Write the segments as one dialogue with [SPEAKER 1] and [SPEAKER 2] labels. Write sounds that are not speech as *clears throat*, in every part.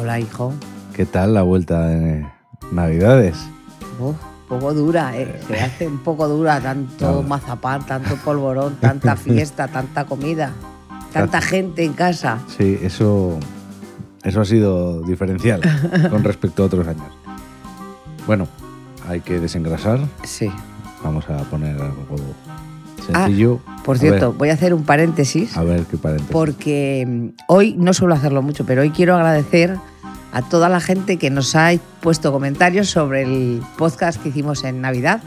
[SPEAKER 1] Hola, hijo.
[SPEAKER 2] ¿Qué tal la vuelta de Navidades?
[SPEAKER 1] Uf, poco dura, ¿eh? Se hace un poco dura tanto
[SPEAKER 2] Nada.
[SPEAKER 1] mazapán, tanto polvorón,
[SPEAKER 2] *laughs*
[SPEAKER 1] tanta fiesta, tanta comida, tanta gente en casa.
[SPEAKER 2] Sí, eso, eso ha sido
[SPEAKER 1] *laughs*
[SPEAKER 2] diferencial con respecto a otros años. Bueno, hay que desengrasar.
[SPEAKER 1] Sí.
[SPEAKER 2] Vamos a poner algo sencillo.
[SPEAKER 1] Ah, Por
[SPEAKER 2] A
[SPEAKER 1] cierto,
[SPEAKER 2] ver,
[SPEAKER 1] voy a hacer un paréntesis
[SPEAKER 2] A ver, qué paréntesis.
[SPEAKER 1] porque mm, hoy no suelo hacerlo mucho, pero hoy quiero agradecer a toda la gente que nos ha puesto comentarios sobre el podcast que hicimos en Navidad,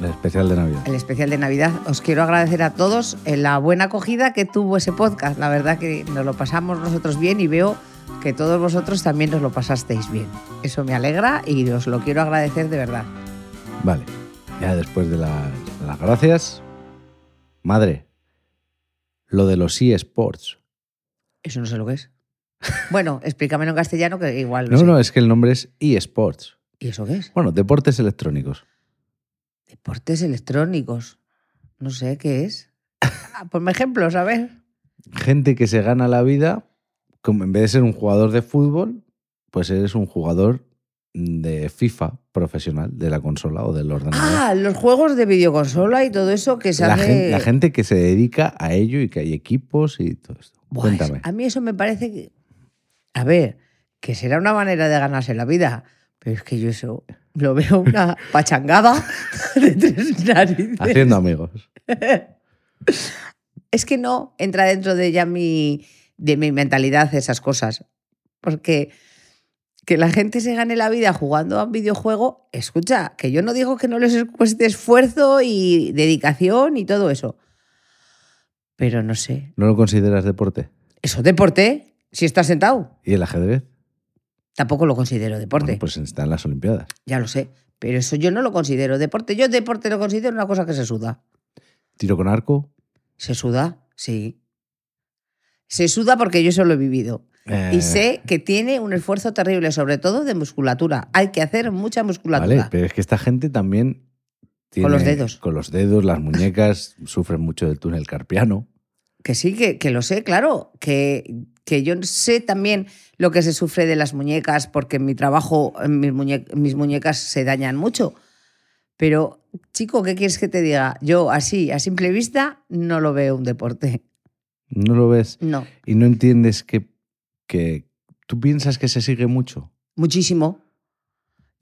[SPEAKER 2] El especial de Navidad.
[SPEAKER 1] el especial de Navidad. Os quiero agradecer a todos eh, la buena acogida que tuvo ese podcast. La verdad que nos lo pasamos nosotros bien y veo que todos vosotros también os lo pasasteis bien. Eso me alegra y os lo quiero agradecer de verdad.
[SPEAKER 2] Vale, ya después de las, las gracias. Madre, lo de los eSports.
[SPEAKER 1] Eso no sé lo que es. *laughs* Bueno, explícamelo en castellano que igual lo
[SPEAKER 2] No,
[SPEAKER 1] sé.
[SPEAKER 2] no, es que el nombre es eSports.
[SPEAKER 1] ¿Y eso qué es?
[SPEAKER 2] Bueno, deportes electrónicos.
[SPEAKER 1] Deportes electrónicos. No sé
[SPEAKER 2] *laughs*
[SPEAKER 1] qué es. Ah, Ponme ejemplos, a ver.
[SPEAKER 2] gente que se gana la vida, como en vez de ser un jugador de fútbol, pues eres un jugador de FIFA profesional, de la consola o del ordenador.
[SPEAKER 1] Ah, los juegos de videoconsola y todo eso que se
[SPEAKER 2] la,
[SPEAKER 1] hace-
[SPEAKER 2] gente, la gente que se dedica a ello y que hay equipos y todo esto.
[SPEAKER 1] Buah, es-
[SPEAKER 2] Cuéntame.
[SPEAKER 1] a mí eso me parece que. A ver, que será una manera de ganarse la vida, pero es que yo eso lo veo una pachangada de tres narices.
[SPEAKER 2] Haciendo amigos.
[SPEAKER 1] Es que no entra dentro de ya mi, de mi mentalidad esas cosas. Porque que la gente se gane la vida jugando a un videojuego, escucha, que yo no digo que no les cueste esfuerzo y dedicación y todo eso. Pero no sé.
[SPEAKER 2] ¿No lo consideras deporte?
[SPEAKER 1] Eso es deporte, si estás sentado.
[SPEAKER 2] ¿Y el ajedrez?
[SPEAKER 1] Tampoco lo considero deporte.
[SPEAKER 2] Bueno, pues está en las Olimpiadas.
[SPEAKER 1] Ya lo sé. Pero eso yo no lo considero deporte. Yo deporte lo considero una cosa que se suda.
[SPEAKER 2] ¿Tiro con arco?
[SPEAKER 1] ¿Se suda? Sí. Se suda porque yo eso lo he vivido.
[SPEAKER 2] Eh,
[SPEAKER 1] Y sé que tiene un esfuerzo terrible, sobre todo de musculatura. Hay que hacer mucha musculatura.
[SPEAKER 2] Vale, pero es que esta gente también. tiene-
[SPEAKER 1] los dedos.
[SPEAKER 2] Con los dedos, las muñecas, sufren mucho del túnel carpiano.
[SPEAKER 1] Que sí, que, que lo sé, claro. Que, que yo sé también lo que se sufre de las muñecas, porque en mi trabajo en mis, muñe- mis muñecas se dañan mucho. Pero, chico, ¿qué quieres que te diga? Yo así, a simple vista, no lo veo un deporte.
[SPEAKER 2] ¿No lo ves?
[SPEAKER 1] No.
[SPEAKER 2] y no entiendes que, que tú piensas que se sigue mucho.
[SPEAKER 1] Muchísimo.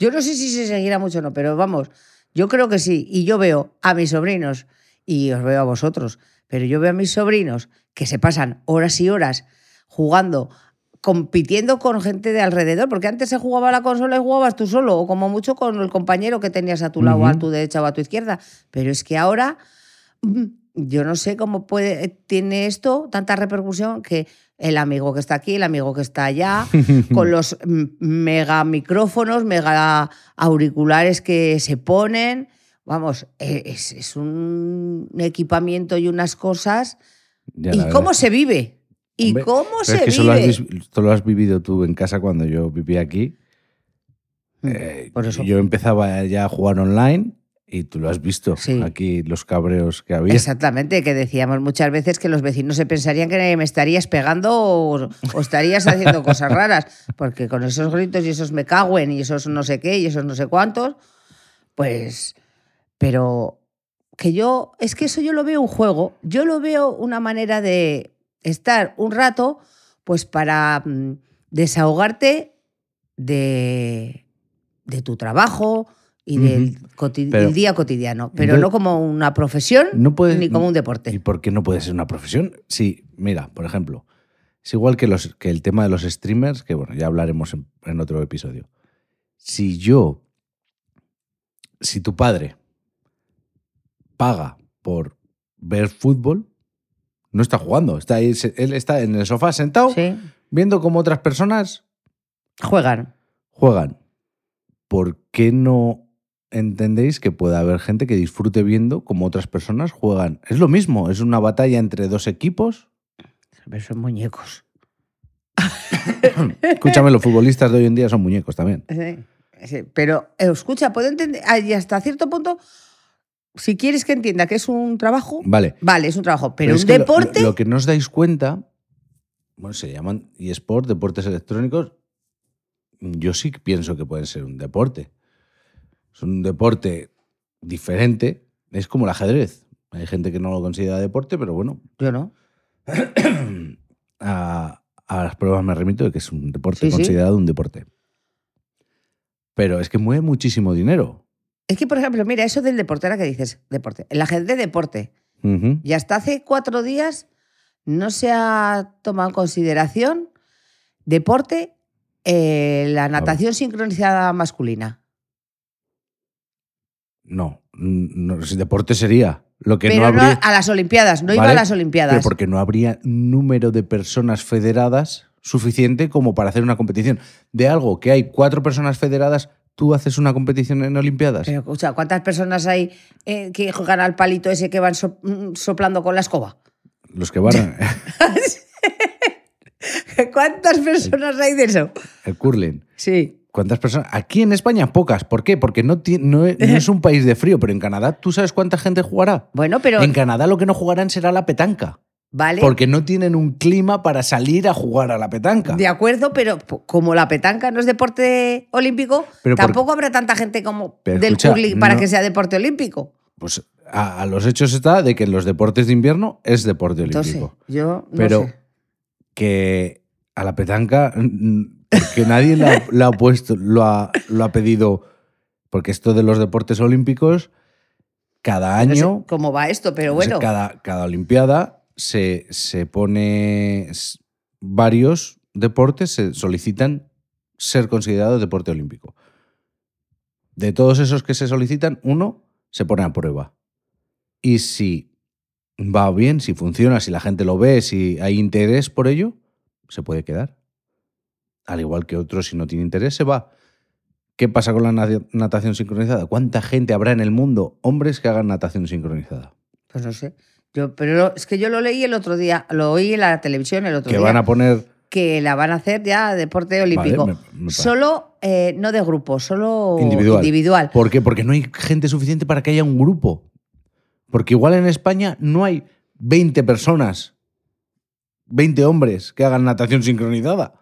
[SPEAKER 1] Yo no sé si se seguirá mucho o no, pero vamos, yo creo que sí. Y yo veo a mis sobrinos, y os veo a vosotros, pero yo veo a mis sobrinos que se pasan horas y horas jugando, compitiendo con gente de alrededor, porque antes se jugaba a la consola y jugabas tú solo, o como mucho con el compañero que tenías a tu lado,
[SPEAKER 2] Ujú.
[SPEAKER 1] a tu derecha o a tu izquierda. Pero es que ahora mm, yo no sé cómo puede, eh, tiene esto tanta repercusión que el amigo que está aquí, el amigo que está allá, con los mm, mega micrófonos, mega auriculares que se ponen. Vamos, eh, es, es un equipamiento y unas cosas.
[SPEAKER 2] Ya,
[SPEAKER 1] ¿Y
[SPEAKER 2] la verdad.
[SPEAKER 1] cómo se vive? ¿Y
[SPEAKER 2] Hombre,
[SPEAKER 1] cómo
[SPEAKER 2] Pero
[SPEAKER 1] se
[SPEAKER 2] es que
[SPEAKER 1] vive?
[SPEAKER 2] eso lo has, vis- esto lo has vivido tú en casa cuando yo vivía aquí.
[SPEAKER 1] Mm,
[SPEAKER 2] Eh,
[SPEAKER 1] por eso.
[SPEAKER 2] Yo empezaba ya a jugar online y tú lo has visto
[SPEAKER 1] Sí.
[SPEAKER 2] aquí los cabreos que había.
[SPEAKER 1] Exactamente, que decíamos muchas veces que los vecinos se pensarían que me estarías pegando o, o estarías haciendo cosas raras, porque con esos gritos y esos me caguen y esos no sé qué y esos no sé cuántos, pues, pero que yo, es que eso yo lo veo un juego, yo lo veo una manera de estar un rato, pues para mm, desahogarte de, de tu trabajo y del coti-
[SPEAKER 2] Pero-
[SPEAKER 1] del día cotidiano, pero
[SPEAKER 2] Entonces-
[SPEAKER 1] no como una profesión
[SPEAKER 2] No puedes-
[SPEAKER 1] Pues, ni como un
[SPEAKER 2] ¿Y
[SPEAKER 1] deporte.
[SPEAKER 2] por qué no puede ser una profesión? Sí, mira, por ejemplo, es igual que, los, que el tema de los streamers, que bueno, ya hablaremos en, en otro episodio. Si yo, si tu padre paga por ver fútbol, no está jugando, está ahí, se- él está en el sofá sentado
[SPEAKER 1] Sí.
[SPEAKER 2] viendo cómo otras personas
[SPEAKER 1] Juegan.
[SPEAKER 2] juegan. ¿Por qué no entendéis que puede haber gente que disfrute viendo cómo otras personas juegan? Es lo mismo, es una batalla entre dos
[SPEAKER 1] *laughs*
[SPEAKER 2] equipos.
[SPEAKER 1] Pero son muñecos.
[SPEAKER 2] Escúchame, los futbolistas de hoy en día son muñecos también.
[SPEAKER 1] Sí, sí, Pero eh, escucha, puedo entender. ah, Y hasta cierto punto, si quieres que entienda que es un trabajo,
[SPEAKER 2] Vale.
[SPEAKER 1] vale, es un trabajo. Pero,
[SPEAKER 2] es
[SPEAKER 1] un
[SPEAKER 2] que lo-
[SPEAKER 1] deporte.
[SPEAKER 2] Lo, lo que no os dais cuenta, bueno, se llaman eSport, deportes electrónicos, yo sí pienso que pueden ser un deporte. Es un deporte diferente. Es como el ajedrez. Hay gente que no lo considera deporte, pero bueno,
[SPEAKER 1] Yo no.
[SPEAKER 2] *clears throat* a, a las pruebas me remito de que es un deporte
[SPEAKER 1] Sí, sí.
[SPEAKER 2] considerado un deporte. Pero es que mueve muchísimo dinero.
[SPEAKER 1] Es que, por ejemplo, mira, eso del deporte, ahora que dices deporte, el ajedrez deporte,
[SPEAKER 2] Ujú.
[SPEAKER 1] y hasta hace cuatro días no se ha tomado en consideración deporte eh, la natación sincronizada masculina.
[SPEAKER 2] No, no, ese deporte sería lo que
[SPEAKER 1] Pero
[SPEAKER 2] no
[SPEAKER 1] no
[SPEAKER 2] habría.
[SPEAKER 1] a las Olimpiadas, no iba a
[SPEAKER 2] Vale,
[SPEAKER 1] las Olimpiadas.
[SPEAKER 2] Pero porque no habría número de personas federadas suficiente como para hacer una competición. De algo que hay cuatro personas federadas, tú haces una competición en Olimpiadas.
[SPEAKER 1] Pero escucha, ¿cuántas personas hay eh, que juegan al palito ese que van so- mm, soplando con la escoba? *laughs*
[SPEAKER 2] Los que barran
[SPEAKER 1] ¿Cuántas personas hay de eso?
[SPEAKER 2] el curling.
[SPEAKER 1] Sí.
[SPEAKER 2] eh, ¿Cuántas personas? Aquí en España, pocas. ¿Por qué? Porque no, ti- no e-
[SPEAKER 1] *laughs*
[SPEAKER 2] no es un país de frío, pero en Canadá, ¿tú sabes cuánta gente jugará?
[SPEAKER 1] Bueno, pero
[SPEAKER 2] En Canadá lo que no jugarán será la petanca.
[SPEAKER 1] vale,
[SPEAKER 2] Porque no tienen un clima para salir a jugar a la petanca.
[SPEAKER 1] de acuerdo, pero po- como la petanca no es deporte olímpico,
[SPEAKER 2] Pero por-
[SPEAKER 1] tampoco habrá tanta gente como
[SPEAKER 2] Pero
[SPEAKER 1] del
[SPEAKER 2] escucha,
[SPEAKER 1] curling para
[SPEAKER 2] no-
[SPEAKER 1] que sea deporte olímpico.
[SPEAKER 2] Pues a, a los hechos está de que en los deportes de invierno es deporte
[SPEAKER 1] Entonces,
[SPEAKER 2] olímpico.
[SPEAKER 1] yo no
[SPEAKER 2] pero
[SPEAKER 1] sé.
[SPEAKER 2] que a la petanca que nadie la, la ha *laughs* puesto, lo ha, lo ha pedido, porque esto de los deportes olímpicos, cada
[SPEAKER 1] No sé
[SPEAKER 2] año,
[SPEAKER 1] cómo va esto, pero
[SPEAKER 2] no sé,
[SPEAKER 1] bueno.
[SPEAKER 2] cada, cada olimpiada se, se pone s- varios deportes, se solicitan ser considerados deporte olímpico. De todos esos que se solicitan, uno se pone a prueba. Y si va bien, si funciona, si la gente lo ve, si hay interés por ello, se puede quedar. Al igual que otro, si no tiene interés, se va. ¿Qué pasa con la nat- natación sincronizada? ¿Cuánta gente habrá en el mundo, hombres, que hagan natación sincronizada?
[SPEAKER 1] Pues no sé. Yo, pero lo- es que yo lo leí el otro día, lo oí en la televisión el otro
[SPEAKER 2] Que
[SPEAKER 1] día,
[SPEAKER 2] van a poner...
[SPEAKER 1] que la van a hacer ya deporte olímpico.
[SPEAKER 2] Vale, me- me parece.
[SPEAKER 1] solo, eh, no de grupo, solo
[SPEAKER 2] Individual.
[SPEAKER 1] individual.
[SPEAKER 2] ¿Por qué? Porque no hay gente suficiente para que haya un grupo. Porque igual en España no hay 20 personas, 20 hombres que hagan natación sincronizada.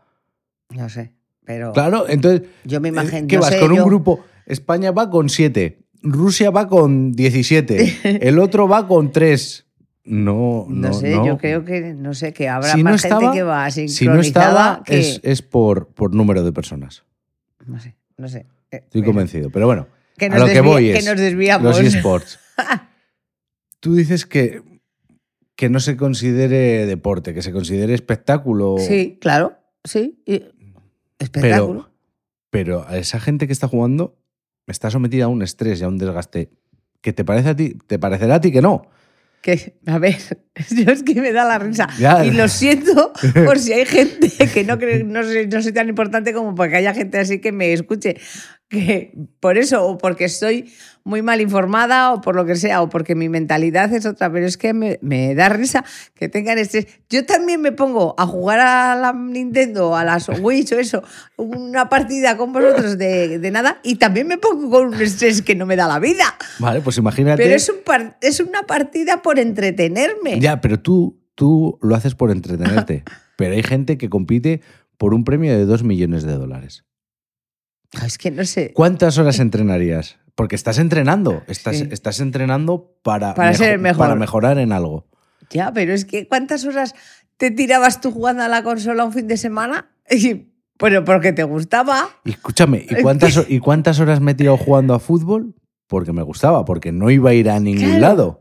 [SPEAKER 1] No sé, pero
[SPEAKER 2] Claro, entonces eh,
[SPEAKER 1] yo me imagino...
[SPEAKER 2] ¿Qué
[SPEAKER 1] no
[SPEAKER 2] vas
[SPEAKER 1] sé,
[SPEAKER 2] con un
[SPEAKER 1] yo-
[SPEAKER 2] grupo? España va con 7, Rusia va con
[SPEAKER 1] *laughs*
[SPEAKER 2] 17, el otro va con 3. No,
[SPEAKER 1] No,
[SPEAKER 2] no,
[SPEAKER 1] sé,
[SPEAKER 2] no.
[SPEAKER 1] yo creo que, no sé, que habrá
[SPEAKER 2] Si no
[SPEAKER 1] más
[SPEAKER 2] estaba-
[SPEAKER 1] gente que va
[SPEAKER 2] Si no
[SPEAKER 1] sincronizada
[SPEAKER 2] estaba,
[SPEAKER 1] que...
[SPEAKER 2] es, eh, es por, por número de personas.
[SPEAKER 1] No sé, no sé. Eh,
[SPEAKER 2] Estoy
[SPEAKER 1] pero-
[SPEAKER 2] convencido. Pero bueno,
[SPEAKER 1] Que
[SPEAKER 2] a
[SPEAKER 1] nos,
[SPEAKER 2] lo que
[SPEAKER 1] desvi-
[SPEAKER 2] voy es
[SPEAKER 1] que nos desviamos.
[SPEAKER 2] los eSports. *laughs* Tú dices que, que no se considere deporte, que se considere espectáculo.
[SPEAKER 1] Sí, claro, sí. y-
[SPEAKER 2] pero,
[SPEAKER 1] Espectáculo.
[SPEAKER 2] pero a esa gente que está jugando está sometida a un estrés y a un desgaste que te parece a ti, te parecerá a ti que no.
[SPEAKER 1] Que, a ver, *laughs* yo es que me da la risa.
[SPEAKER 2] Ya.
[SPEAKER 1] Y lo siento por si hay gente que no creo, no soy, no soy tan importante como para que haya gente así que me escuche. Que por eso, o porque estoy muy mal informada, o por lo que sea, o porque mi mentalidad es otra, pero es que me, me da risa que tengan estrés. Yo también me pongo a jugar a la Nintendo, a las Switch o eso, una partida con vosotros de, de nada, y también me pongo con un estrés que no me da la vida.
[SPEAKER 2] Vale, pues imagínate.
[SPEAKER 1] Pero es, un par- es una partida por entretenerme.
[SPEAKER 2] Ya, pero tú, tú lo haces por
[SPEAKER 1] *laughs*
[SPEAKER 2] entretenerte. pero hay gente que compite por un premio de 2 millones de dólares.
[SPEAKER 1] Ah, Es que no sé.
[SPEAKER 2] ¿Cuántas horas entrenarías? Porque estás entrenando. Estás,
[SPEAKER 1] Sí.
[SPEAKER 2] estás entrenando para,
[SPEAKER 1] Para ser el mejor.
[SPEAKER 2] para mejorar en algo.
[SPEAKER 1] Ya, pero es que ¿cuántas horas te tirabas tú jugando a la consola un fin de semana? Y, bueno, porque te gustaba.
[SPEAKER 2] Y escúchame, ¿y cuántas, ¿y cuántas horas me he tirado jugando a fútbol? Porque me gustaba, porque no iba a ir a ningún
[SPEAKER 1] Claro.
[SPEAKER 2] lado.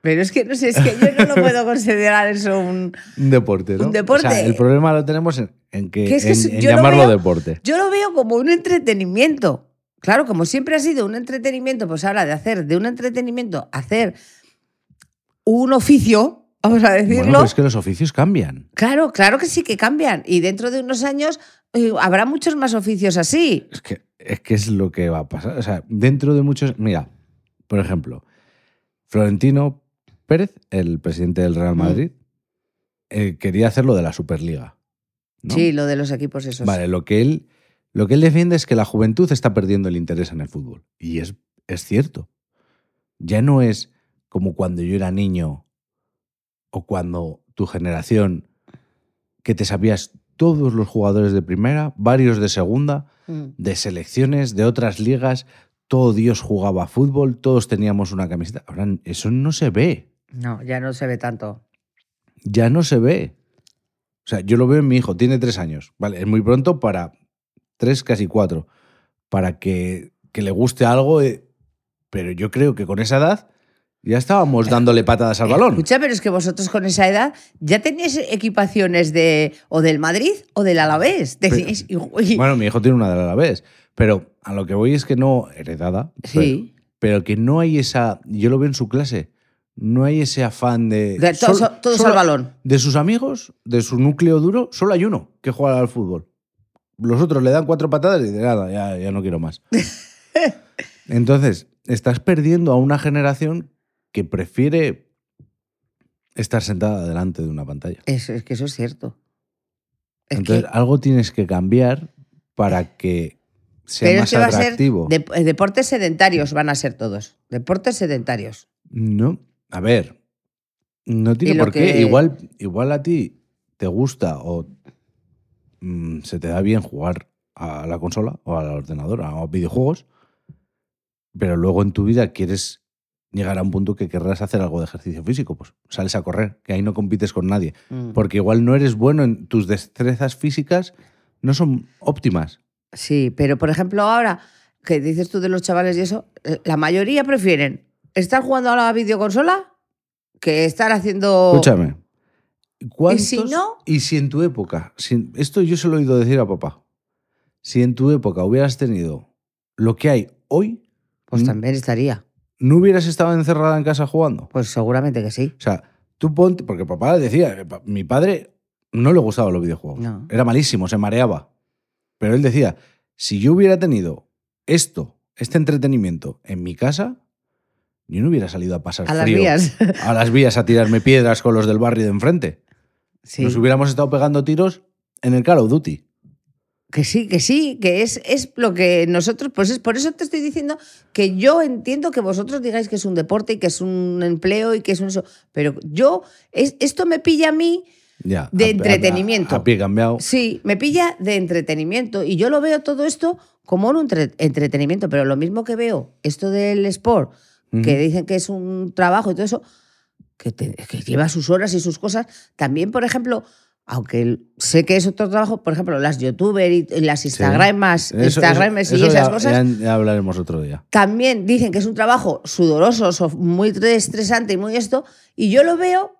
[SPEAKER 1] Pero es que no sé, es que yo no lo puedo considerar eso un...
[SPEAKER 2] Un deporte, ¿no?
[SPEAKER 1] Un deporte.
[SPEAKER 2] O sea, el problema lo tenemos en, en que,
[SPEAKER 1] Que es que
[SPEAKER 2] en-
[SPEAKER 1] eso-
[SPEAKER 2] en
[SPEAKER 1] yo lo
[SPEAKER 2] llamarlo
[SPEAKER 1] veo-
[SPEAKER 2] deporte.
[SPEAKER 1] Yo lo veo como un entretenimiento. Claro, como siempre ha sido un entretenimiento, pues ahora de hacer de un entretenimiento hacer un oficio, vamos a decirlo.
[SPEAKER 2] Bueno, pero es que los oficios cambian.
[SPEAKER 1] Claro, claro que sí que cambian. Y dentro de unos años eh, habrá muchos más oficios así.
[SPEAKER 2] Es que, es que es lo que va a pasar. O sea, dentro de muchos. Mira, por ejemplo, Florentino Pérez, el presidente del Real
[SPEAKER 1] Mm.
[SPEAKER 2] Madrid, eh, quería hacer lo de la Superliga. ¿no?
[SPEAKER 1] Sí, lo de los equipos esos.
[SPEAKER 2] Vale, lo que él. Lo que él defiende es que la juventud está perdiendo el interés en el fútbol. Y es, es cierto. Ya no es como cuando yo era niño o cuando tu generación que te sabías todos los jugadores de primera, varios de segunda,
[SPEAKER 1] Mm.
[SPEAKER 2] de selecciones, de otras ligas. Todo Dios jugaba a fútbol, todos teníamos una camiseta. Ahora eso no se ve.
[SPEAKER 1] No, ya no se ve tanto.
[SPEAKER 2] ya no se ve. O sea, yo lo veo en mi hijo, tiene tres años. Vale, es muy pronto para tres, casi cuatro, para que, que le guste algo. eh, pero yo creo que con esa edad ya estábamos dándole patadas al balón.
[SPEAKER 1] Eh, Escucha, pero es que vosotros con esa edad ya teníais equipaciones de o del Madrid o del Alavés. Teníais igu- y-
[SPEAKER 2] Bueno, mi hijo tiene una de a la vez. Pero a lo que voy es que no, heredada,
[SPEAKER 1] Sí.
[SPEAKER 2] pero, pero que no hay esa, yo lo veo en su clase, no hay ese afán de...
[SPEAKER 1] De todos- todos al balón.
[SPEAKER 2] De sus amigos, de su núcleo duro, solo hay uno que juega al fútbol. Los otros le dan cuatro patadas y de nada, ya, ya no quiero
[SPEAKER 1] *laughs*
[SPEAKER 2] más. Entonces, estás perdiendo a una generación que prefiere estar sentada delante de una pantalla.
[SPEAKER 1] Eso, es que eso es cierto. Es
[SPEAKER 2] Entonces,
[SPEAKER 1] que-
[SPEAKER 2] algo tienes que cambiar para que sea
[SPEAKER 1] pero
[SPEAKER 2] más
[SPEAKER 1] es que va a ser
[SPEAKER 2] atractivo.
[SPEAKER 1] dep- eh, deportes sedentarios, van a ser todos. Deportes sedentarios.
[SPEAKER 2] No, a ver, no
[SPEAKER 1] Y
[SPEAKER 2] tiene
[SPEAKER 1] lo
[SPEAKER 2] por qué.
[SPEAKER 1] que-
[SPEAKER 2] Igual, igual a ti te gusta o mm, se te da bien jugar a la consola o al ordenador, a videojuegos, pero luego en tu vida quieres llegar a un punto que querrás hacer algo de ejercicio físico, pues sales a correr, que ahí no compites con nadie,
[SPEAKER 1] Mm.
[SPEAKER 2] porque igual no eres bueno en tus destrezas físicas, no son óptimas.
[SPEAKER 1] Sí, pero por ejemplo ahora que dices tú de los chavales y eso, eh, la mayoría prefieren estar jugando a la videoconsola que estar haciendo...
[SPEAKER 2] Escúchame. ¿Cuántos-
[SPEAKER 1] si no?
[SPEAKER 2] y si en tu época, si- esto yo se lo he oído decir a papá, si en tu época hubieras tenido lo que hay hoy,
[SPEAKER 1] Pues
[SPEAKER 2] Mm.
[SPEAKER 1] también estaría.
[SPEAKER 2] no hubieras estado encerrada en casa jugando.
[SPEAKER 1] Pues seguramente que sí.
[SPEAKER 2] O sea, tú ponte, porque papá decía, eh, pa- mi padre no le gustaban los videojuegos,
[SPEAKER 1] No.
[SPEAKER 2] era malísimo, se mareaba. Pero él decía, si yo hubiera tenido esto, este entretenimiento en mi casa, yo no hubiera salido a pasar
[SPEAKER 1] A las
[SPEAKER 2] Pues frío,
[SPEAKER 1] *laughs* vías.
[SPEAKER 2] a las vías a tirarme piedras con los del barrio de enfrente.
[SPEAKER 1] Sí.
[SPEAKER 2] Nos hubiéramos estado pegando tiros en el Call of Duty.
[SPEAKER 1] Que sí, que sí, que es, es lo que nosotros, pues es por eso te estoy diciendo que yo entiendo que vosotros digáis que es un deporte y que es un empleo y que es un eso, pero yo, es, esto me pilla a mí,
[SPEAKER 2] Ya.
[SPEAKER 1] De
[SPEAKER 2] a- a-
[SPEAKER 1] entretenimiento.
[SPEAKER 2] A, pie cambiado.
[SPEAKER 1] sí, me pilla de entretenimiento y yo lo veo todo esto como un entre- entretenimiento, pero lo mismo que veo esto del sport, que dicen que es un trabajo y todo eso, que, te- que lleva sus horas y sus cosas. También, por ejemplo, aunque el- sé que es otro trabajo, por ejemplo, las youtuber y y las instagramas,
[SPEAKER 2] Eso- eso-
[SPEAKER 1] instagrames y
[SPEAKER 2] eso
[SPEAKER 1] esas
[SPEAKER 2] ya-
[SPEAKER 1] cosas,
[SPEAKER 2] Ya, ya hablaremos otro día.
[SPEAKER 1] también dicen que es un trabajo sudoroso, so- muy estresante y muy esto, y yo lo veo,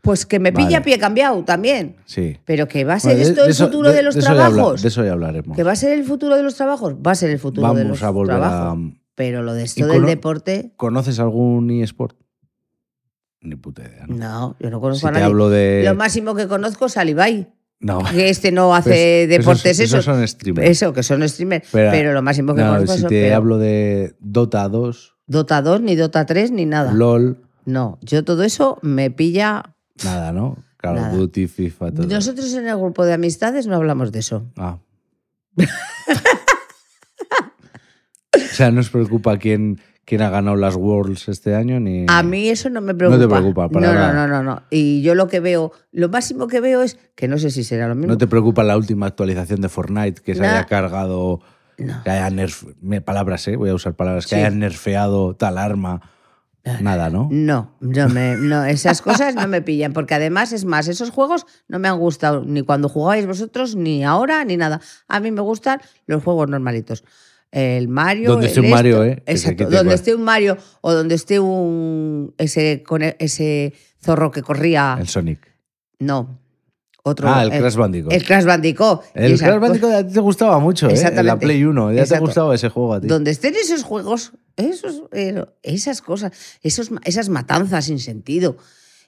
[SPEAKER 1] pues que me
[SPEAKER 2] Vale.
[SPEAKER 1] pilla a pie cambiado también.
[SPEAKER 2] Sí.
[SPEAKER 1] Pero que va a ser
[SPEAKER 2] Bueno, de-
[SPEAKER 1] esto
[SPEAKER 2] de
[SPEAKER 1] el
[SPEAKER 2] eso-
[SPEAKER 1] futuro de, los
[SPEAKER 2] eso ya habla-
[SPEAKER 1] trabajos.
[SPEAKER 2] de eso ya hablaremos.
[SPEAKER 1] ¿Que va a ser el futuro de los trabajos? Va a ser el futuro de los
[SPEAKER 2] Vamos a
[SPEAKER 1] trabajos.
[SPEAKER 2] volver a.
[SPEAKER 1] Pero lo de esto
[SPEAKER 2] Y
[SPEAKER 1] del
[SPEAKER 2] cono-
[SPEAKER 1] deporte,
[SPEAKER 2] ¿Conoces algún eSport? Ni puta idea. ¿no?
[SPEAKER 1] no, yo no conozco
[SPEAKER 2] Si
[SPEAKER 1] a
[SPEAKER 2] te
[SPEAKER 1] nadie.
[SPEAKER 2] hablo de.
[SPEAKER 1] Lo máximo que conozco es Alibay,
[SPEAKER 2] No. *laughs*
[SPEAKER 1] que este no hace
[SPEAKER 2] Pues,
[SPEAKER 1] deportes,
[SPEAKER 2] esos,
[SPEAKER 1] eso,
[SPEAKER 2] esos son streamers.
[SPEAKER 1] eso, que son streamers.
[SPEAKER 2] Pero-
[SPEAKER 1] Pero, lo máximo que
[SPEAKER 2] No,
[SPEAKER 1] conozco
[SPEAKER 2] si
[SPEAKER 1] es
[SPEAKER 2] te hablo de Dota 2,
[SPEAKER 1] Dota 2, ni Dota 3, ni nada.
[SPEAKER 2] LOL,
[SPEAKER 1] No, yo todo eso me pilla.
[SPEAKER 2] nada, ¿no? Call of
[SPEAKER 1] Nada.
[SPEAKER 2] Duty, FIFA, todo.
[SPEAKER 1] Nosotros en el grupo de amistades no hablamos de eso.
[SPEAKER 2] Ah. *laughs* o sea, no os preocupa quién, quién ha ganado las Worlds este año ni.
[SPEAKER 1] A mí eso no me
[SPEAKER 2] No
[SPEAKER 1] preocupa.
[SPEAKER 2] te preocupa, para
[SPEAKER 1] no,
[SPEAKER 2] nada.
[SPEAKER 1] no, no, no, no. Y yo lo que veo, lo máximo que veo es que no sé si será lo mismo.
[SPEAKER 2] No te preocupa la última actualización de Fortnite que se
[SPEAKER 1] Nah.
[SPEAKER 2] haya cargado. Que haya nerf... me- Palabras, ¿eh? Voy a usar palabras. Que
[SPEAKER 1] Sí.
[SPEAKER 2] hayan nerfeado tal arma. Nada, ¿no?
[SPEAKER 1] No, no, me- no, esas cosas no me pillan, porque además, es más, esos juegos no me han gustado ni cuando jugabais vosotros, ni ahora, ni nada. A mí me gustan los juegos normalitos. El Mario.
[SPEAKER 2] Donde
[SPEAKER 1] el
[SPEAKER 2] esté un
[SPEAKER 1] esto-
[SPEAKER 2] Mario, ¿eh? Que se
[SPEAKER 1] Exacto,
[SPEAKER 2] quite,
[SPEAKER 1] donde
[SPEAKER 2] pues.
[SPEAKER 1] esté un Mario o donde esté un. ese, con e- ese zorro que corría.
[SPEAKER 2] El Sonic.
[SPEAKER 1] No, otro. eh,
[SPEAKER 2] ah, el, Crash Bandicoot.
[SPEAKER 1] El Crash Bandicoot. y
[SPEAKER 2] El
[SPEAKER 1] esas
[SPEAKER 2] Crash
[SPEAKER 1] cosas.
[SPEAKER 2] Bandicoot a ti te gustaba mucho, ¿eh? En la
[SPEAKER 1] Exactamente.
[SPEAKER 2] Play 1. Ya te
[SPEAKER 1] Exacto.
[SPEAKER 2] gustaba ese juego a ti.
[SPEAKER 1] Donde estén esos juegos, esos, eh, esas cosas, esos, esas matanzas sin sentido,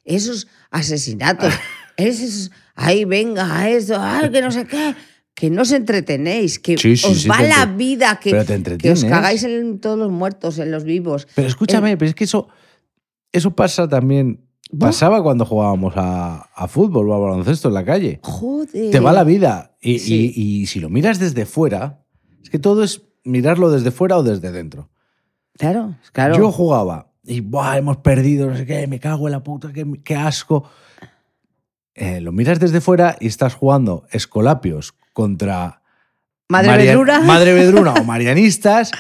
[SPEAKER 1] esos asesinatos,
[SPEAKER 2] *laughs*
[SPEAKER 1] esos, ay, venga, eso, ay, que no sé qué, que no os entretenéis, que
[SPEAKER 2] Sí, sí,
[SPEAKER 1] os
[SPEAKER 2] sí,
[SPEAKER 1] va
[SPEAKER 2] te
[SPEAKER 1] la
[SPEAKER 2] entre-
[SPEAKER 1] vida, que,
[SPEAKER 2] pero te
[SPEAKER 1] que os
[SPEAKER 2] entretienes.
[SPEAKER 1] cagáis en todos los muertos, en los vivos.
[SPEAKER 2] Pero escúchame,
[SPEAKER 1] Eh.
[SPEAKER 2] pero es que eso, eso pasa también.
[SPEAKER 1] ¿Buah?
[SPEAKER 2] Pasaba cuando jugábamos a, a fútbol o a baloncesto en la calle.
[SPEAKER 1] Joder.
[SPEAKER 2] Te va la vida. Y,
[SPEAKER 1] Sí.
[SPEAKER 2] y- y si lo miras desde fuera, es que todo es mirarlo desde fuera o desde dentro.
[SPEAKER 1] Claro, claro.
[SPEAKER 2] Yo jugaba y Buah, hemos perdido, no sé qué, me cago en la puta, qué, qué asco. eh, lo miras desde fuera y estás jugando Escolapios contra
[SPEAKER 1] Madre
[SPEAKER 2] Maria-
[SPEAKER 1] Bedrura.
[SPEAKER 2] Madre Bedruna
[SPEAKER 1] *laughs*
[SPEAKER 2] o Marianistas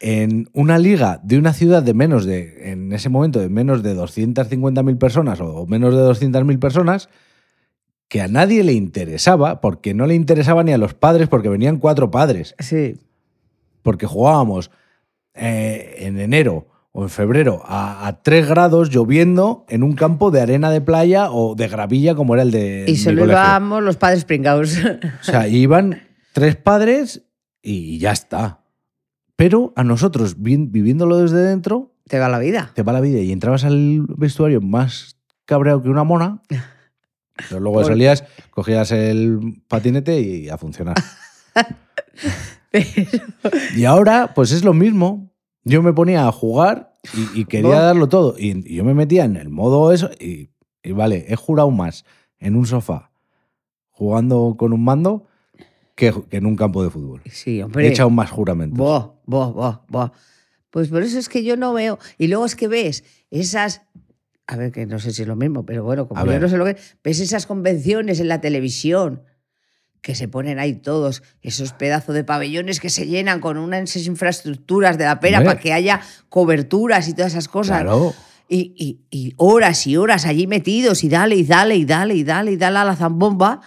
[SPEAKER 2] en una liga de una ciudad de menos de, en ese momento, de menos de 250.000 personas o menos de 200.000 personas, que a nadie le interesaba, porque no le interesaba ni a los padres, porque venían cuatro padres,
[SPEAKER 1] Sí.
[SPEAKER 2] porque jugábamos eh, en enero o en febrero a, a tres grados lloviendo en un campo de arena de playa o de gravilla como era el de...
[SPEAKER 1] Y se
[SPEAKER 2] mi
[SPEAKER 1] lo
[SPEAKER 2] colegio.
[SPEAKER 1] íbamos los padres pringados. *laughs*
[SPEAKER 2] O sea, iban tres padres y ya está. Pero a nosotros, vi- viviéndolo desde dentro,
[SPEAKER 1] Te va la vida.
[SPEAKER 2] te va la vida y entrabas al vestuario más cabreado que una mona. Pero luego
[SPEAKER 1] Pobre.
[SPEAKER 2] salías, cogías el patinete y a funcionar. Y ahora, pues es lo mismo. Yo me ponía a jugar y, y quería
[SPEAKER 1] Bueno.
[SPEAKER 2] darlo todo. Y, y yo me metía en el modo eso y, y vale, he jurado más en un sofá jugando con un mando que, que en un campo de fútbol.
[SPEAKER 1] Sí,
[SPEAKER 2] He
[SPEAKER 1] hombre.
[SPEAKER 2] echado más juramentos.
[SPEAKER 1] Buah, buah, buah, buah. Pues por eso es que yo no veo. Y luego es que ves esas. A ver, que no sé si es lo mismo, pero bueno, como
[SPEAKER 2] A
[SPEAKER 1] yo
[SPEAKER 2] ver.
[SPEAKER 1] no sé lo que. Ves esas convenciones en la televisión que se ponen ahí todos, esos pedazos de pabellones que se llenan con unas infraestructuras de la pera
[SPEAKER 2] Hombre.
[SPEAKER 1] para que haya coberturas y todas esas cosas.
[SPEAKER 2] Claro.
[SPEAKER 1] Y, y- y horas y horas allí metidos y dale y dale y dale y dale y dale a la zambomba.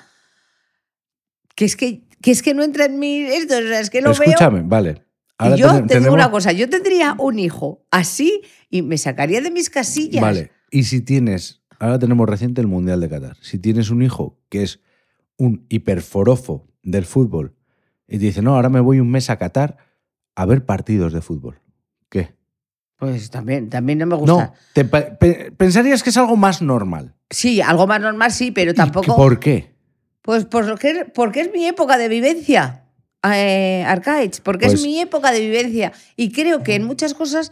[SPEAKER 1] Que es que, que, es que no entra en mí esto, o sea, es que lo veo
[SPEAKER 2] Escúchame, vale.
[SPEAKER 1] y yo
[SPEAKER 2] ten-
[SPEAKER 1] te digo
[SPEAKER 2] tenemos-
[SPEAKER 1] una cosa, yo tendría un hijo así y me sacaría de mis casillas.
[SPEAKER 2] Vale. Y si tienes, ahora tenemos reciente el Mundial de Qatar. Si tienes un hijo que es un hiperforofo del fútbol y te dice, no, ahora me voy un mes a Qatar a ver partidos de fútbol. ¿Qué?
[SPEAKER 1] Pues también, también no me gusta.
[SPEAKER 2] No, te pa- pe- pensarías que es algo más normal.
[SPEAKER 1] Sí, algo más normal sí, pero
[SPEAKER 2] ¿Y
[SPEAKER 1] tampoco.
[SPEAKER 2] ¿Por qué?
[SPEAKER 1] Pues por lo que- porque es mi época de vivencia, eh, Arcaich, porque
[SPEAKER 2] Pues-
[SPEAKER 1] es mi época de vivencia. Y creo que en muchas cosas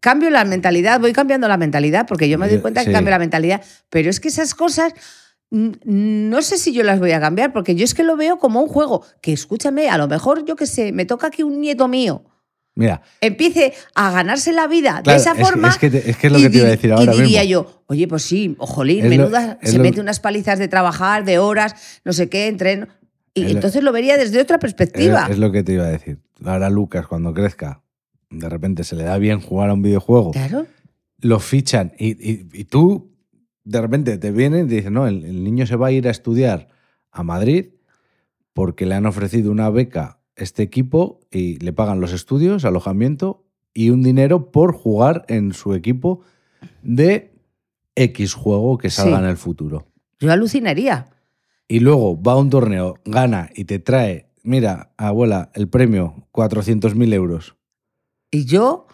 [SPEAKER 1] cambio la mentalidad, voy cambiando la mentalidad, porque yo me doy
[SPEAKER 2] Yo-
[SPEAKER 1] cuenta
[SPEAKER 2] sí.
[SPEAKER 1] que cambio la mentalidad. Pero es que esas cosas, mm, no sé si yo las voy a cambiar, porque yo es que lo veo como un juego. Que escúchame, a lo mejor, yo qué sé, me toca aquí un nieto mío.
[SPEAKER 2] Mira,
[SPEAKER 1] empiece a ganarse la vida
[SPEAKER 2] claro,
[SPEAKER 1] de esa
[SPEAKER 2] es,
[SPEAKER 1] forma.
[SPEAKER 2] es que, te- es que es lo
[SPEAKER 1] y
[SPEAKER 2] que te iba a
[SPEAKER 1] dir-
[SPEAKER 2] decir
[SPEAKER 1] y
[SPEAKER 2] ahora
[SPEAKER 1] diría
[SPEAKER 2] mismo.
[SPEAKER 1] yo, oye, pues sí, ojolín,
[SPEAKER 2] Es lo-
[SPEAKER 1] menuda,
[SPEAKER 2] es
[SPEAKER 1] se
[SPEAKER 2] lo-
[SPEAKER 1] mete unas palizas de trabajar, de horas, no sé qué, entreno. Y
[SPEAKER 2] Es lo-
[SPEAKER 1] entonces lo vería desde otra perspectiva.
[SPEAKER 2] Es, es lo que te iba a decir. Ahora Lucas, cuando crezca, de repente se le da bien jugar a un videojuego,
[SPEAKER 1] Claro.
[SPEAKER 2] lo fichan y, y- y tú, de repente te vienen y te dicen, no, el, el niño se va a ir a estudiar a Madrid porque le han ofrecido una beca este equipo y le pagan los estudios, alojamiento y un dinero por jugar en su equipo de X juego que salga
[SPEAKER 1] Sí.
[SPEAKER 2] en el futuro.
[SPEAKER 1] Yo alucinaría.
[SPEAKER 2] y luego va a un torneo, gana y te trae, mira, abuela, el premio, 400.000 euros.
[SPEAKER 1] Y yo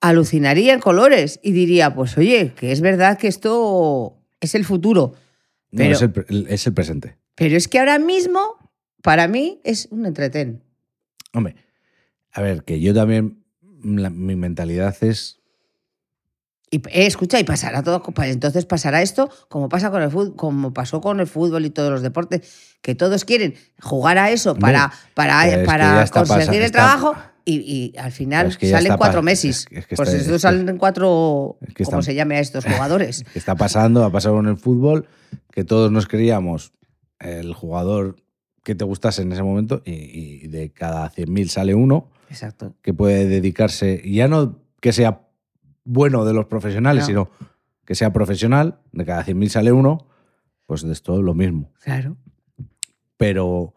[SPEAKER 1] alucinaría en colores y diría, pues oye, que es verdad que esto es el futuro.
[SPEAKER 2] No,
[SPEAKER 1] Pero-
[SPEAKER 2] es, el, pre- el- es el presente.
[SPEAKER 1] Pero es que ahora mismo, para mí, es un entretén.
[SPEAKER 2] Hombre, a ver, que yo también, la- mi mentalidad es...
[SPEAKER 1] Y eh, escucha, y pasará todo, pa- entonces pasará esto como pasa con el fútbol, como pasó con el fútbol y todos los deportes, que todos quieren jugar a eso
[SPEAKER 2] Hombre,
[SPEAKER 1] para, para,
[SPEAKER 2] pero es que ya
[SPEAKER 1] para
[SPEAKER 2] está
[SPEAKER 1] conseguir
[SPEAKER 2] pasa-
[SPEAKER 1] el
[SPEAKER 2] está-
[SPEAKER 1] trabajo y, y al final
[SPEAKER 2] Pero es que ya
[SPEAKER 1] salen
[SPEAKER 2] está
[SPEAKER 1] cuatro
[SPEAKER 2] pa-
[SPEAKER 1] meses.
[SPEAKER 2] es que- es que
[SPEAKER 1] pues
[SPEAKER 2] está- es
[SPEAKER 1] estos
[SPEAKER 2] que-
[SPEAKER 1] salen cuatro,
[SPEAKER 2] es que
[SPEAKER 1] como
[SPEAKER 2] está-
[SPEAKER 1] se llame
[SPEAKER 2] *laughs*
[SPEAKER 1] a estos jugadores.
[SPEAKER 2] que Está pasando, ha pasado en el fútbol, que todos nos creíamos el jugador que te gustase en ese momento y, y de cada 100.000 sale uno
[SPEAKER 1] Exacto.
[SPEAKER 2] que puede dedicarse, y ya no que sea bueno de los profesionales,
[SPEAKER 1] No.
[SPEAKER 2] sino que sea profesional, de cada 100.000 sale uno, pues de esto lo mismo.
[SPEAKER 1] Claro.
[SPEAKER 2] Pero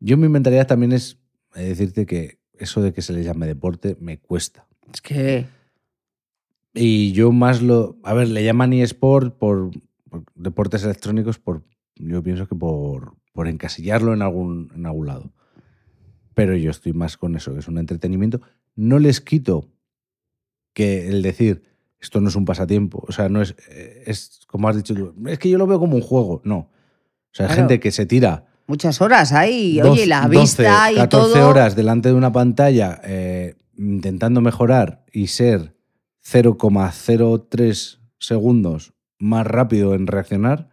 [SPEAKER 2] yo mi mentalidad también es eh, decirte que eso de que se le llame deporte me cuesta.
[SPEAKER 1] Es que.
[SPEAKER 2] Y yo más lo... A ver, le llaman eSport por, por deportes electrónicos, por yo pienso que por, por encasillarlo en algún, en algún lado. Pero yo estoy más con eso, que es un entretenimiento. No les quito que el decir, esto no es un pasatiempo, o sea, no es, eh, es como has dicho tú, es que yo lo veo como un juego, no. O sea, hay
[SPEAKER 1] Claro.
[SPEAKER 2] gente que se tira
[SPEAKER 1] Muchas horas ahí,
[SPEAKER 2] Doce-
[SPEAKER 1] oye, la
[SPEAKER 2] 12,
[SPEAKER 1] vista y
[SPEAKER 2] 14
[SPEAKER 1] todo.
[SPEAKER 2] horas delante de una pantalla eh, intentando mejorar y ser 0,03 segundos más rápido en reaccionar.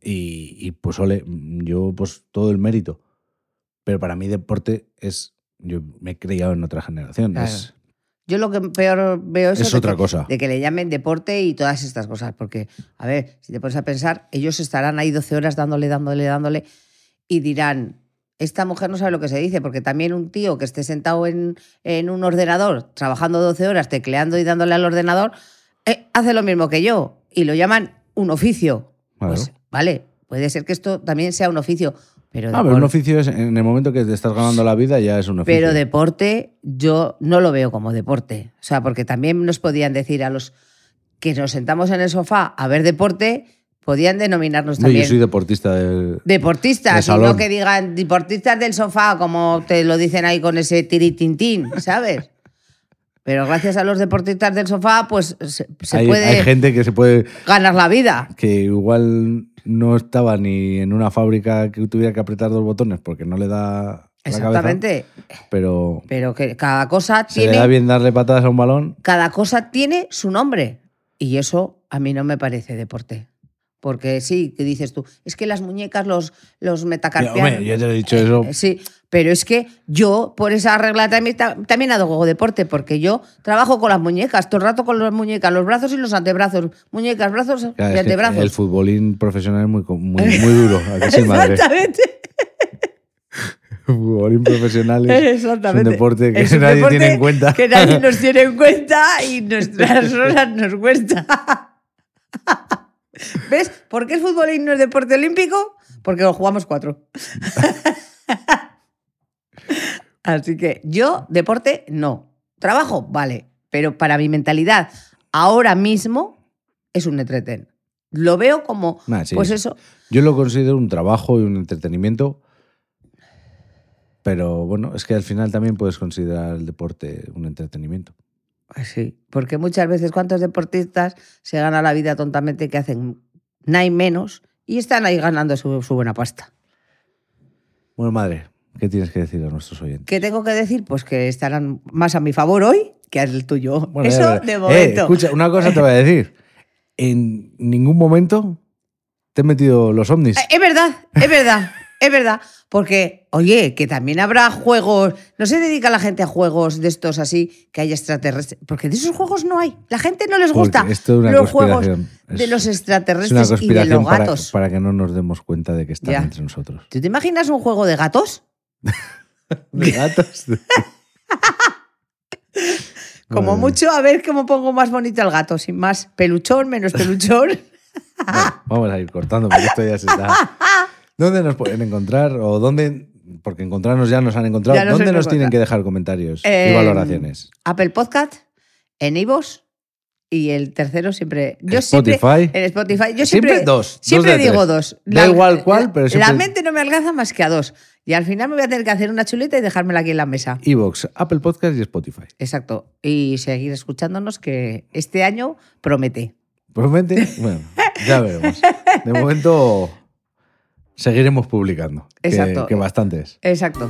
[SPEAKER 2] Y, y, pues, ole, yo, pues todo el mérito. Pero para mí, deporte es. Yo me he criado en otra generación.
[SPEAKER 1] Claro.
[SPEAKER 2] Es
[SPEAKER 1] Yo lo que peor veo eso
[SPEAKER 2] Es
[SPEAKER 1] de
[SPEAKER 2] otra
[SPEAKER 1] que-
[SPEAKER 2] cosa.
[SPEAKER 1] de que le llamen deporte y todas estas cosas. Porque, a ver, si te pones a pensar, ellos estarán ahí 12 horas dándole, dándole, dándole y dirán, esta mujer no sabe lo que se dice, porque también un tío que esté sentado en, en un ordenador, trabajando 12 horas, tecleando y dándole al ordenador, eh, hace lo mismo que yo y lo llaman un oficio.
[SPEAKER 2] Claro.
[SPEAKER 1] Pues, vale, puede ser que esto también sea un oficio, pero,
[SPEAKER 2] Ah, pero
[SPEAKER 1] depor-
[SPEAKER 2] un oficio es, en el momento que te estás ganando la vida ya es un oficio.
[SPEAKER 1] pero deporte yo no lo veo como deporte. O sea, porque también nos podían decir a los que nos sentamos en el sofá a ver deporte, podían denominarnos
[SPEAKER 2] No,
[SPEAKER 1] también
[SPEAKER 2] yo soy deportista. de- De
[SPEAKER 1] deportistas, y
[SPEAKER 2] salón.
[SPEAKER 1] no que digan deportistas del sofá, como te lo dicen ahí con ese tiritintín, ¿sabes? Pero gracias a los deportistas del sofá, pues se, se
[SPEAKER 2] hay,
[SPEAKER 1] puede
[SPEAKER 2] hay gente que se puede
[SPEAKER 1] ganar la vida.
[SPEAKER 2] que igual no estaba ni en una fábrica que tuviera que apretar dos botones porque no le da la cabeza,
[SPEAKER 1] Exactamente.
[SPEAKER 2] pero
[SPEAKER 1] Pero que cada cosa
[SPEAKER 2] se le da
[SPEAKER 1] tiene
[SPEAKER 2] bien darle patadas a un balón.
[SPEAKER 1] cada cosa tiene su nombre. Y eso a mí no me parece deporte. Porque sí, que dices tú, es que las muñecas, los, los
[SPEAKER 2] Mira,
[SPEAKER 1] metacarpianos.
[SPEAKER 2] hombre, ya te lo he dicho eso.
[SPEAKER 1] Eh, Sí, pero es que yo, por esa regla, también, ta- también hago deporte, porque yo trabajo con las muñecas, todo el rato con las muñecas, los brazos y los antebrazos. Muñecas, brazos
[SPEAKER 2] Claro, es
[SPEAKER 1] y
[SPEAKER 2] que
[SPEAKER 1] antebrazos.
[SPEAKER 2] el futbolín profesional es muy, co- muy, muy duro. ¿a que
[SPEAKER 1] *laughs*
[SPEAKER 2] sí, madre?
[SPEAKER 1] Exactamente.
[SPEAKER 2] El futbolín profesional es, es un
[SPEAKER 1] Exactamente.
[SPEAKER 2] deporte que
[SPEAKER 1] Es un
[SPEAKER 2] nadie
[SPEAKER 1] deporte
[SPEAKER 2] tiene en cuenta.
[SPEAKER 1] Que nadie nos tiene en cuenta y nuestras horas nos cuesta. ¿Ves? ¿Por qué el fútbol no es deporte olímpico? Porque lo jugamos cuatro. Así que yo, deporte, no. Trabajo, vale. Pero para mi mentalidad, ahora mismo es un entretén. Lo veo como,
[SPEAKER 2] Nah, sí.
[SPEAKER 1] pues eso,
[SPEAKER 2] Yo lo considero un trabajo y un entretenimiento. Pero bueno, es que al final también puedes considerar el deporte un entretenimiento.
[SPEAKER 1] Pues Sí, porque muchas veces cuántos deportistas se ganan la vida tontamente que hacen nada y menos y están ahí ganando su, su buena pasta.
[SPEAKER 2] Bueno, madre, ¿qué tienes que decir a nuestros oyentes?
[SPEAKER 1] ¿Qué tengo que decir? Pues que estarán más a mi favor hoy que al tuyo.
[SPEAKER 2] Bueno, ya
[SPEAKER 1] Eso
[SPEAKER 2] verás.
[SPEAKER 1] de
[SPEAKER 2] Eh,
[SPEAKER 1] momento.
[SPEAKER 2] escucha, una cosa te voy a decir. En ningún momento te he metido los ovnis.
[SPEAKER 1] Eh, Es verdad, es verdad, es verdad. Porque, oye, que también habrá juegos. No se dedica la gente a juegos de estos así que hay extraterrestres. Porque de esos juegos no hay. La gente no les
[SPEAKER 2] Porque
[SPEAKER 1] gusta
[SPEAKER 2] esto es una
[SPEAKER 1] los juegos
[SPEAKER 2] conspiración.
[SPEAKER 1] de
[SPEAKER 2] Es-
[SPEAKER 1] los
[SPEAKER 2] Es una
[SPEAKER 1] extraterrestres y de
[SPEAKER 2] conspiración
[SPEAKER 1] los
[SPEAKER 2] para,
[SPEAKER 1] gatos.
[SPEAKER 2] para que no nos demos cuenta de que están
[SPEAKER 1] Ya.
[SPEAKER 2] entre nosotros. *laughs*
[SPEAKER 1] ¿Tú te imaginas un juego de gatos?
[SPEAKER 2] De gatos. *laughs*
[SPEAKER 1] Como
[SPEAKER 2] Madre
[SPEAKER 1] mucho, a ver cómo pongo más bonito al gato, sin más
[SPEAKER 2] *laughs*
[SPEAKER 1] peluchón, menos peluchón.
[SPEAKER 2] Bueno, vamos a ir cortando porque esto ya se
[SPEAKER 1] *laughs*
[SPEAKER 2] está. ¿Dónde nos pueden encontrar? O dónde, porque encontrarnos ya nos han encontrado.
[SPEAKER 1] Ya nos
[SPEAKER 2] ¿Dónde
[SPEAKER 1] han
[SPEAKER 2] nos tienen
[SPEAKER 1] encontrado.
[SPEAKER 2] que dejar comentarios y
[SPEAKER 1] Eh,
[SPEAKER 2] valoraciones?
[SPEAKER 1] Apple Podcast, en Ivos y el tercero siempre. Yo
[SPEAKER 2] Spotify.
[SPEAKER 1] Siempre, en Spotify. Yo
[SPEAKER 2] Siempre
[SPEAKER 1] siempre,
[SPEAKER 2] dos, dos
[SPEAKER 1] Siempre
[SPEAKER 2] de tres.
[SPEAKER 1] digo dos.
[SPEAKER 2] Da igual cuál, pero siempre-
[SPEAKER 1] La mente no me alcanza más que a dos. Y al final me voy a tener que hacer una chuleta y dejármela aquí en la mesa.
[SPEAKER 2] Evox, Apple Podcast y Spotify.
[SPEAKER 1] Exacto. Y seguir escuchándonos que este año promete.
[SPEAKER 2] Promete, bueno, ya veremos. De momento seguiremos publicando. que-
[SPEAKER 1] Exacto.
[SPEAKER 2] Que, bastantes.
[SPEAKER 1] Exacto.